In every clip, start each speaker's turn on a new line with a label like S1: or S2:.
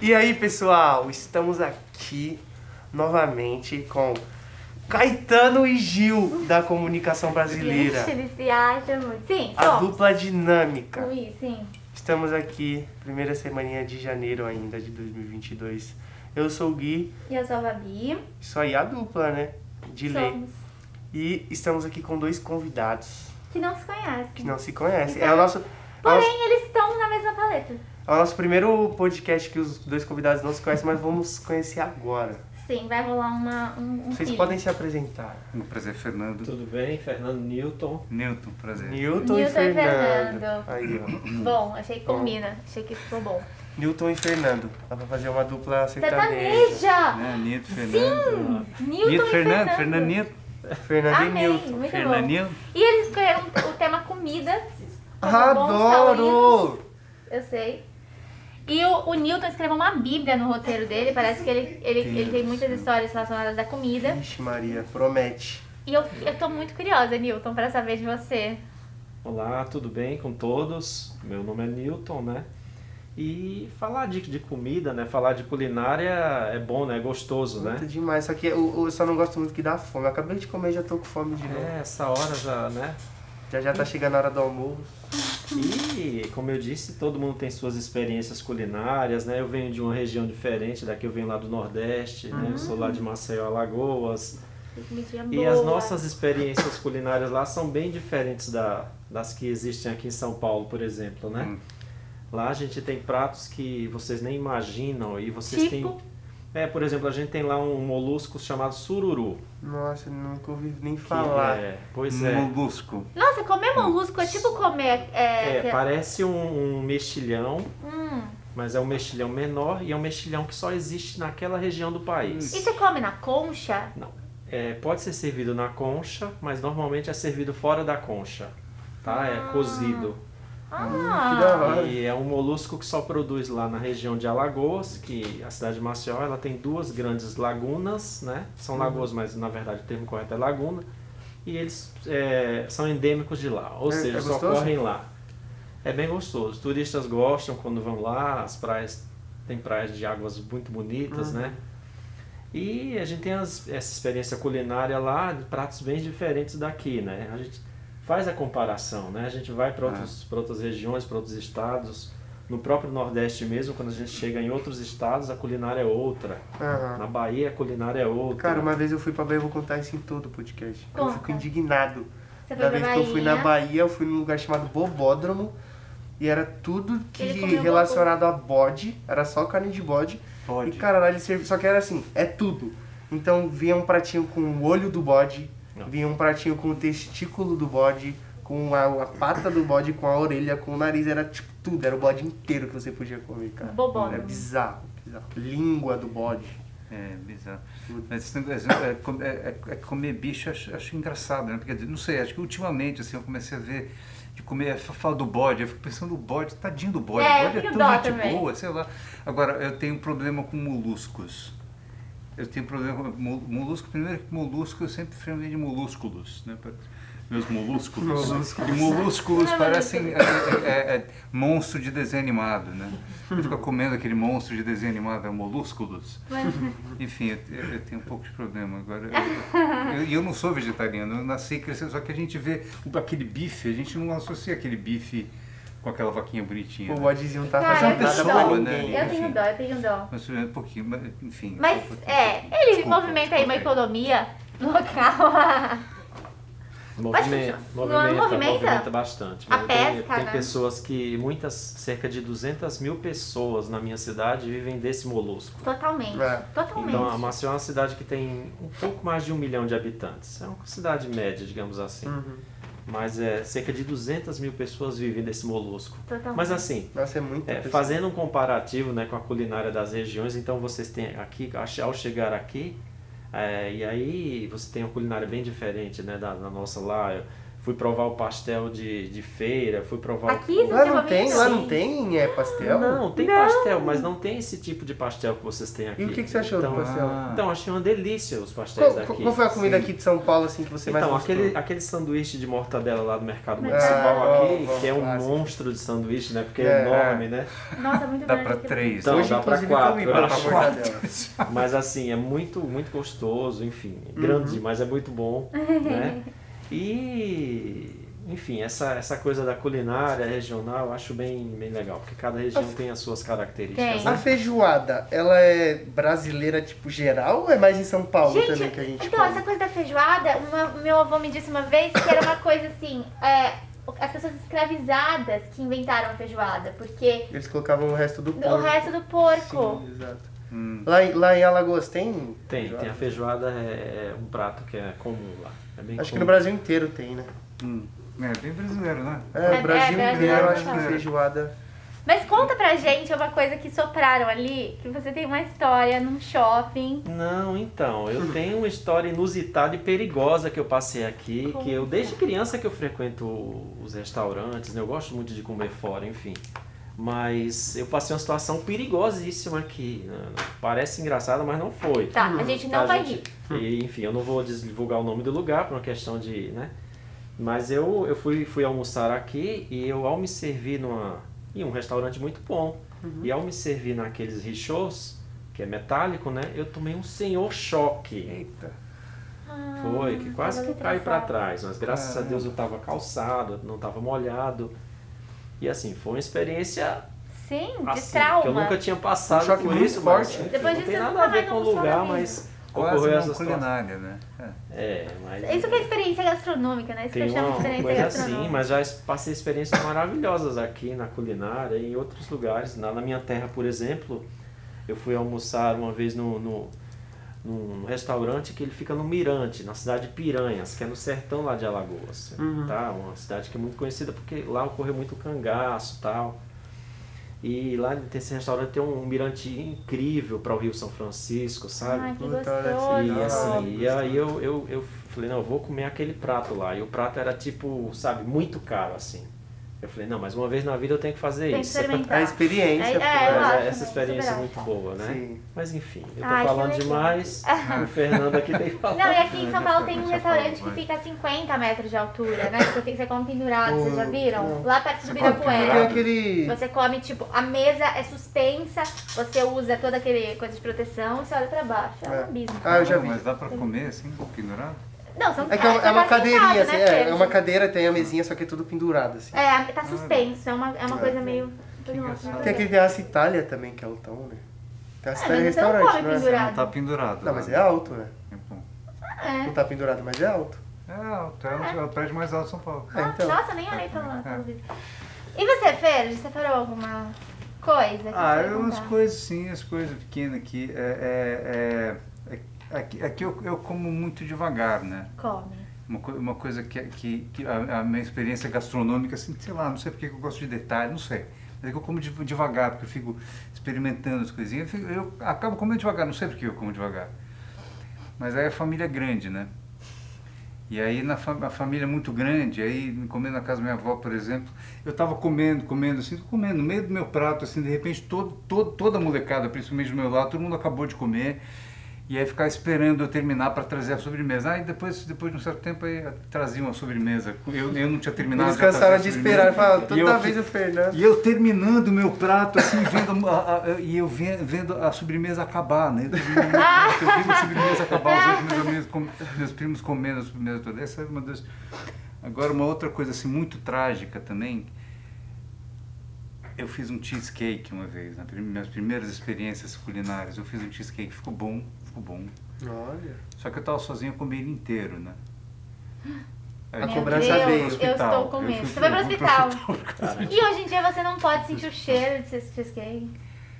S1: E aí, pessoal, estamos aqui novamente com Caetano e Gil da comunicação brasileira,
S2: Gente, ele se acha muito. Sim,
S1: a
S2: sou.
S1: dupla dinâmica.
S2: Luiz, sim.
S1: Estamos aqui, primeira semaninha de janeiro ainda de 2022. Eu sou o Gui,
S2: E eu sou a Babi.
S1: isso aí é a dupla, né? De lei.
S2: Somos.
S1: E estamos aqui com dois convidados
S2: Que não se conhecem.
S1: que não se conhecem. É o nosso, é o nosso,
S2: Porém, eles estão na mesma paleta.
S1: é o nosso primeiro podcast que os dois convidados não se conhecem, mas vamos conhecer agora.
S2: Sim, vai rolar uma, um, um
S1: Vocês
S2: feeling.
S1: podem se apresentar.
S3: Um prazer, Fernando.
S4: Tudo bem, Fernando Newton.
S3: Newton, prazer.
S1: Newton, e
S2: Newton e
S1: Fernando.
S2: Fernando.
S1: Aí, ó.
S2: Bom, achei que combina. Achei que ficou bom.
S1: Newton e Fernando. Dá pra fazer uma dupla
S2: tá
S1: sertaneja.
S2: Sertaneja!
S3: Né? Newton, Fernando.
S2: Newton e
S3: Fernando,
S2: Fernando.
S3: Fernando Newton.
S1: Fernando
S2: Amei,
S1: e Newton.
S2: muito
S3: Fernando
S2: bom.
S3: Newton.
S2: E eles escolheram o tema comida. como bons taurinos.
S1: Adoro!
S2: Eu sei. E o, o Newton escreveu uma bíblia no roteiro dele. Parece que ele, ele, ele tem muitas histórias relacionadas à comida.
S1: Vixe, Maria, promete.
S2: E eu, eu tô muito curiosa, Newton, pra saber de você.
S4: Olá, tudo bem com todos? Meu nome é Newton, né? E falar de, de comida, né? Falar de culinária é bom, né? É gostoso,
S1: Muito
S4: né?
S1: demais. Só que eu, eu só não gosto muito que dá fome. Eu acabei de comer e já tô com fome de novo.
S4: É, essa hora já, né?
S1: Já já tá chegando a hora do almoço.
S4: E, como eu disse, todo mundo tem suas experiências culinárias, né? Eu venho de uma região diferente, daqui eu venho lá do Nordeste, né? Eu sou lá
S1: Uhum.
S4: de Maceió, Alagoas.
S2: Comidinha
S4: E
S2: boa.
S4: as nossas experiências culinárias lá são bem diferentes da, das que existem aqui em São Paulo, por exemplo, né?
S3: Hum.
S4: Lá a gente tem pratos que vocês nem imaginam e vocês
S2: Tipo?
S4: têm... É, por exemplo, a gente tem lá um molusco chamado sururu. que
S1: Nossa, nunca ouvi nem falar.
S4: é- pois
S3: Hum.
S4: é.
S3: Molusco.
S2: Nossa, comer molusco é tipo comer. É,
S4: Hum. É, parece um, um mexilhão,
S2: Hum.
S4: mas é um mexilhão menor e é um mexilhão que só existe naquela região do país.
S2: E você come na concha?
S4: É, pode ser servido na concha, mas normalmente é servido fora da concha, tá? É cozido. Hum.
S1: que da
S2: Ah!
S1: hora.
S4: E é um molusco que só produz lá na região de Alagoas, que a cidade de Maceió ela tem duas grandes lagunas, né? São lagoas, mas na verdade o termo correto é laguna. E eles é, são endêmicos de lá, ou
S1: É-
S4: seja,
S1: é
S4: só
S1: gostoso?
S4: correm lá. É bem gostoso. Turistas gostam quando vão lá, as praias tem praias de águas muito bonitas,
S1: Uhum.
S4: né? E a gente tem as- essa experiência culinária lá de pratos bem diferentes daqui, né? A gente faz a comparação, né? A gente vai
S1: É.
S4: para outros pra outras regiões, para outros estados. No próprio Nordeste mesmo, quando a gente chega em outros estados, a culinária é outra.
S1: Aham.
S4: Na Bahia, a culinária é outra.
S1: Ah. Cara, uma vez eu fui pra Bahia, eu vou contar isso em todo o podcast. Eu
S2: Conta.
S1: fico indignado.
S2: Você
S1: da
S2: foi pra
S1: vez que eu fui na
S2: Bahia.
S1: Bahia, eu fui num lugar chamado Bobódromo. E era tudo que
S2: Ele comeu
S1: relacionado a bode. Era só carne de bode.
S3: Bode.
S1: E cara, lá ele servia. Só que era assim, é tudo. Então vinha um pratinho com o olho do bode,
S4: Não.
S1: vinha um pratinho com o testículo do bode, com a, a pata do bode, com a orelha, com o nariz, era tipo tudo, era o bode inteiro que você podia comer, cara.
S2: Bobódromo.
S1: Era bizarro, bizarro. Língua do bode.
S3: É, bizarro. Mas esse negócio, é, com- é- é- é comer bicho eu acho, eu acho engraçado, né? Porque, não sei, acho que ultimamente assim, eu comecei a ver de comer, f- fala do bode, eu fico pensando no bode, tadinho do bode.
S2: É, eu
S3: o bode é
S2: fico
S3: tão
S2: dó
S3: gente
S2: também.
S3: boa, sei lá. Agora, eu tenho um problema com moluscos. Eu tenho um problema com mol- molusco. Primeiro que molusco, eu sempre chamei de molúsculos, né? Pa- Meus molúsculos. E molúsculos
S2: Não, não,
S3: parecem é, é, é, é, monstro de desenho animado, né? Fica comendo aquele monstro de desenho animado, é molúsculos. Enfim, eu, eu- eu tenho um pouco de problema agora. Eu- eu- E eu, não sou vegetariano, eu nasci e cresci, só que a gente vê o- aquele bife, a gente não associa aquele bife com aquela vaquinha bonitinha.
S1: O
S3: né?
S1: bodezinho não né? tá
S2: Cara,
S1: fazendo
S2: eu um
S1: nada
S2: tenho
S1: pra
S2: dó.
S1: ninguém.
S2: Eu tenho dó, eu tenho dó.
S3: Mas é um pouquinho, mas, enfim.
S2: Mas
S3: desculpa.
S2: é, ele
S3: Desculpa,
S2: movimenta aí uma
S3: desculpa
S2: economia local.
S4: Movimenta,
S2: Não,
S4: movimenta,
S2: movimenta?
S4: movimenta bastante.
S2: A
S4: Mas tem-
S2: pesca,
S4: tem
S2: né?
S4: pessoas que, muitas, cerca de 200 mil pessoas na minha cidade vivem desse molusco.
S2: Totalmente.
S1: É.
S2: Totalmente.
S4: Então, a Maceió é uma cidade que tem um pouco mais de um milhão de habitantes. É uma cidade média, digamos assim.
S2: Hum.
S1: Uhum.
S4: Mas é, cerca de 200 mil pessoas vivem desse molusco.
S2: Totalmente.
S4: Mas assim,
S1: Nossa, é muito
S4: é, fazendo um comparativo né, com a culinária das regiões, então vocês têm aqui, ach- ao chegar aqui, é, e aí você tem uma culinária bem diferente né, da, da nossa lá. Eu Fui provar o pastel de, de feira, fui provar
S2: Aqui,
S4: o...
S1: Lá
S2: né?
S1: não tem, lá não
S4: Sim.
S1: tem é, pastel?
S4: Não, tem pastel, mas não tem esse tipo de pastel que vocês têm aqui.
S1: E o que, que você achou
S4: então,
S1: do pastel?
S3: ah,
S4: Então, achei uma delícia os pastéis
S1: qual,
S4: daqui.
S1: qual foi a comida
S3: Sim.
S1: aqui de São Paulo assim que você mais
S4: Então,
S1: gostou?
S4: aquele, aquele sanduíche de mortadela lá do mercado
S2: Ah,
S4: municipal
S1: bom,
S4: aqui,
S1: bom,
S4: que é um
S1: clássico.
S4: monstro de sanduíche, né? Porque é,
S1: É.
S4: enorme, né?
S2: Nossa, muito
S3: Dá
S2: grande
S3: pra
S2: aquilo.
S3: três.
S4: Então,
S3: né?
S1: Hoje,
S4: dá pra
S1: inclusive,
S4: quatro,
S1: eu comi
S4: eu
S1: pra
S4: acho.
S1: mortadela.
S4: Mas assim, é muito, muito gostoso, enfim. É grande, mas é muito bom, né? E, enfim, essa, essa coisa da culinária regional eu acho bem, bem legal, porque cada região tem as suas características,
S2: Tem.
S1: A
S4: né?
S1: feijoada, ela é brasileira, tipo, geral ou é mais em São Paulo também que a gente
S2: então,
S1: come?
S2: essa coisa da feijoada, uma- meu avô me disse uma vez que era uma coisa assim, é, as pessoas escravizadas que inventaram a feijoada, porque
S1: Eles colocavam o resto do porco.
S2: o resto do porco.
S1: Sim, exato.
S3: Hum.
S1: Lá, em- lá em Alagoas tem?
S4: Tem,
S1: feijoada?
S4: tem a feijoada, é, é um prato que é comum lá. É bem
S1: Acho que
S4: comum.
S1: no Brasil inteiro tem, né?
S3: Hum. É bem brasileiro, né?
S1: É,
S2: É,
S1: o Brasil
S2: é,
S1: inteiro eu acho que
S2: brasileiro.
S1: feijoada.
S2: Mas conta pra gente uma coisa que sopraram ali, que você tem uma história num shopping.
S4: Não, então, eu tenho uma história inusitada e perigosa que eu passei aqui, que eu desde
S2: é?
S4: criança que eu frequento os restaurantes, né? Eu gosto muito de comer fora, enfim. Mas eu passei uma situação perigosíssima aqui. né? Parece engraçado, mas não foi.
S2: Tá, a gente não
S4: Tá,
S2: vai
S4: gente?
S2: rir.
S4: E, enfim, eu não vou divulgar o nome do lugar por uma questão de, né? Mas eu, eu fui, fui almoçar aqui e eu ao me servir numa, em um restaurante muito bom. E ao me servir naqueles rechôs, que é metálico, né? Eu tomei um senhor choque.
S3: Eita.
S4: Foi,
S2: Ah,
S4: que quase que eu caí pra trás. Mas graças a
S3: Caramba.
S4: Deus eu tava calçado, não tava molhado. E assim, foi uma experiência
S2: Sim, de
S4: assim,
S2: trauma.
S4: que eu nunca tinha
S1: Um
S4: passado
S1: choque
S4: por
S1: muito
S4: isso,
S1: forte.
S4: mas enfim,
S2: Depois
S4: não
S2: disso,
S4: tem
S2: eu
S4: nada
S2: nunca
S4: a ver
S2: mais
S4: com o
S2: almoço na
S4: lugar,
S2: vida.
S4: mas
S3: Quase
S4: ocorreu essa
S3: uma
S4: situação.
S3: culinária, né? É.
S4: É, mas.
S2: Isso que é experiência gastronômica, né? Isso que
S4: Tem
S2: eu chamo de
S4: uma
S2: experiência
S4: coisa
S2: gastronômica.
S4: assim, mas já es- passei experiências maravilhosas aqui na culinária e em outros lugares. Na, na minha terra, por exemplo, eu fui almoçar uma vez no, no, num restaurante que ele fica no Mirante, na cidade de Piranhas, que é no sertão lá de Alagoas. Tá? Uma cidade que é muito conhecida porque lá ocorreu muito cangaço e tal. E lá nesse restaurante tem um mirante incrível para o Rio São Francisco, sabe?
S2: Ai, que
S1: Puta, olha que
S4: E,
S1: Ah,
S2: gostoso.
S4: assim, e aí eu, eu, eu falei, não, eu vou comer aquele prato lá. E o prato era tipo, sabe, muito caro assim. Eu falei, não, mas uma vez na vida eu tenho que fazer
S2: Tem que
S4: isso. é
S2: experimentar.
S1: A experiência,
S2: É,
S1: pô.
S2: é, eu acho
S4: Mas essa
S2: também,
S4: experiência é
S2: super
S4: muito boa, né?
S1: Sim.
S4: Mas enfim, eu tô
S2: Ai, que
S4: falando
S2: legal.
S4: demais. o Fernando aqui tem que
S2: Não, e
S4: falar.
S2: aqui em São Paulo tem um
S1: é
S2: restaurante que fica a 50 metros de altura, né? Você tem que ser como pendurado, vocês já viram? Lá perto do
S1: Tem
S2: Ibirapuera.
S1: aquele...
S2: Você come, tipo, a mesa é suspensa, você usa toda aquele coisa de proteção e você olha pra baixo. É um
S1: É.
S2: abismo.
S1: Ah, eu já
S3: Não,
S1: vi.
S3: Mas dá pra comer assim, pendurado?
S2: Não, são
S1: É que é uma, é uma
S2: são quase
S1: cadeirinha,
S2: sentados,
S1: assim,
S2: Ah, tá né,
S1: é, é
S2: Fernando?
S1: uma cadeira, tem a mesinha, só que é tudo pendurado, assim.
S2: É, tá suspenso, é uma, é uma
S1: É.
S2: coisa meio...
S3: engraçado.
S1: Tem aquele Terraça Itália também, que é altão, né? Terraça
S2: É,
S1: Itália é
S2: mas você não
S1: restaurante,
S2: come
S1: não é?
S2: pendurado.
S3: Não tá pendurado.
S1: Não,
S3: né?
S1: mas é alto, né?
S3: É bom.
S2: É.
S1: Não tá pendurado, mas é alto.
S3: É alto, é, o- é o prédio mais alto de São Paulo.
S1: É, então.
S2: Ah, Nossa, nem olhei pelo,
S3: É.
S2: pelo vídeo. E você, Fer, você parou alguma coisa? que
S3: Ah,
S2: você ia
S3: é umas
S2: contar?
S3: coisas sim, as coisas pequenas aqui. É, é, é- é- aqui aqui eu, eu como muito devagar, né?
S2: Come.
S3: Uma, co- uma coisa que, que, que a, a minha experiência gastronômica, assim, sei lá, não sei porque que eu gosto de detalhe, não sei. Mas é que eu como de- devagar, porque eu fico experimentando as coisinhas. Eu, fico- eu acabo comendo devagar, não sei porque eu como devagar. Mas aí a família é grande, né? E aí na fa- a família é muito grande, aí comendo na casa da minha avó, por exemplo, eu tava comendo, comendo assim, tô comendo, no meio do meu prato, assim, de repente todo, todo, toda a molecada, principalmente do meu lado, todo mundo acabou de comer. E aí ficava esperando eu terminar para trazer a sobremesa. Aí depois, depois de um certo tempo aí traziam a sobremesa. Eu, eu não tinha terminado.
S1: Eles
S3: já trazia
S1: cansaram
S3: a
S1: de
S3: sobremesa.
S1: esperar tá e falaram,
S3: E
S1: toda
S3: eu-
S1: vez o Fernando.
S3: e eu terminando o meu prato, assim, vendo a- a- a- e eu ve- vendo a sobremesa acabar, né? Eu, vendo a sobremesa acabar, os outros meus amigos, com- meus primos comendo a sobremesa toda. Essa é uma das... Agora, uma outra coisa, assim, muito trágica também. Eu fiz um cheesecake uma vez, nas prim- minhas primeiras experiências culinárias. Eu fiz um cheesecake, ficou bom, ficou bom.
S1: Olha.
S3: Só que eu tava sozinho, eu comi ele inteiro, né? Aí
S1: A
S3: eu
S1: cobrança
S3: fui pro
S1: veio. Eu
S3: hospital.
S2: estou com
S3: Eu
S2: medo.
S3: fui
S2: Você
S3: pro-
S2: vai pro
S3: eu fui
S2: hospital.
S3: por causa
S2: E hoje em dia você não pode sentir o cheiro de cheese- cheesecake?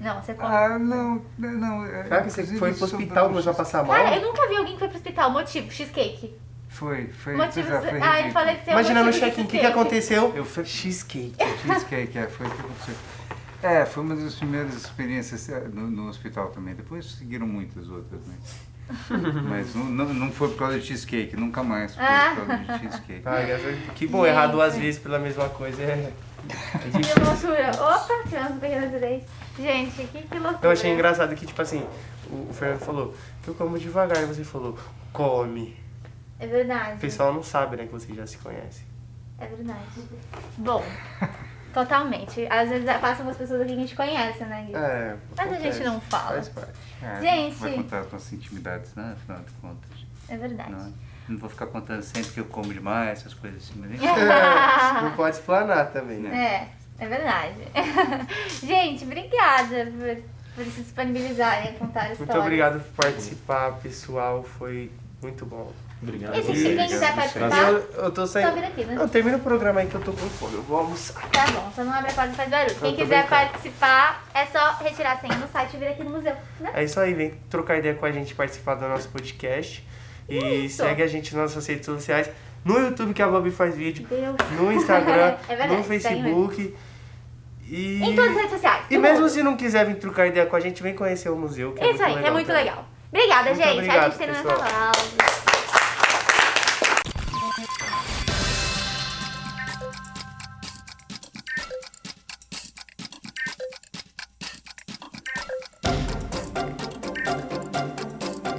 S2: Não, você come.
S3: Ah, não, né, não. é,
S1: Será que você
S3: inclusive
S1: foi pro
S3: sobrou
S1: hospital
S3: um
S1: começou a
S3: cheesecake.
S1: passar mal?
S2: Cara, eu nunca vi alguém que foi pro hospital. Motivo, cheesecake.
S3: Foi, foi.
S2: Motivo.
S3: pois é, foi
S2: ah, ele
S3: ridículo.
S2: faleceu.
S1: Imagina no
S2: motivo de
S1: check-in, o que, que
S2: cheesecake.
S1: aconteceu?
S3: Eu fui-
S1: Cheesecake.
S3: Cheesecake, é, foi o que aconteceu. É, foi uma das primeiras experiências é, no, no hospital também. Depois seguiram muitas outras, né? Mas não, não, não foi por causa de cheesecake, nunca mais foi por causa de cheesecake. É,
S1: Ah, graças- que bom, errar duas vezes pela mesma coisa é. é
S2: Que
S1: difícil.
S2: loucura. Opa, criança perdeu direito. Gente, que, que loucura.
S1: Eu achei engraçado que, tipo assim, o o Fernando falou, eu como devagar, e você falou, come.
S2: É
S1: O
S2: verdade.
S1: pessoal não sabe, né, que vocês já se conhecem.
S2: É verdade. Bom, totalmente. Às vezes passam umas pessoas aqui que a gente conhece, né, Gui?
S1: É.
S2: Mas a gente não fala.
S1: Faz parte.
S3: É,
S2: Gente.
S3: Vai contar as nossas intimidades, né? Afinal de contas.
S2: É verdade.
S3: Não, não vou ficar contando sempre que eu como demais, essas coisas assim. Mas...
S1: É, não pode explanar também, né?
S2: É, é verdade. gente, obrigada por, por se disponibilizarem a contar a história.
S1: Muito obrigado por participar, pessoal. Foi muito bom.
S4: Obrigado.
S2: E se
S4: você.
S2: quem quiser
S1: E
S2: participar,
S1: Eu, eu tô saindo.
S2: Só vira aqui, né?
S1: Não, termina o programa aí que eu tô com fome. Eu vou almoçar.
S2: tá bom, só não abre a porta e faz barulho. Quem
S1: tô
S2: quiser
S1: brincando.
S2: participar, é só retirar a senha no site e vir aqui no museu, né?
S1: É isso aí, vem trocar ideia com a gente, participar do nosso podcast. E
S2: Isso.
S1: segue a gente nas nossas redes sociais. No YouTube que a Bob faz vídeo.
S2: Deus.
S1: No Instagram,
S2: É verdade,
S1: no Facebook. E.
S2: Em todas as redes sociais.
S1: E
S2: no
S1: mesmo
S2: mundo.
S1: se não quiser vir trocar ideia com a gente, vem conhecer o museu. Que é
S2: Isso
S1: muito
S2: aí,
S1: legal
S2: é muito
S1: também.
S2: legal. Obrigada,
S1: Muito
S2: gente. a
S1: obrigado,
S2: gente tem no
S1: pessoal.
S2: Natal.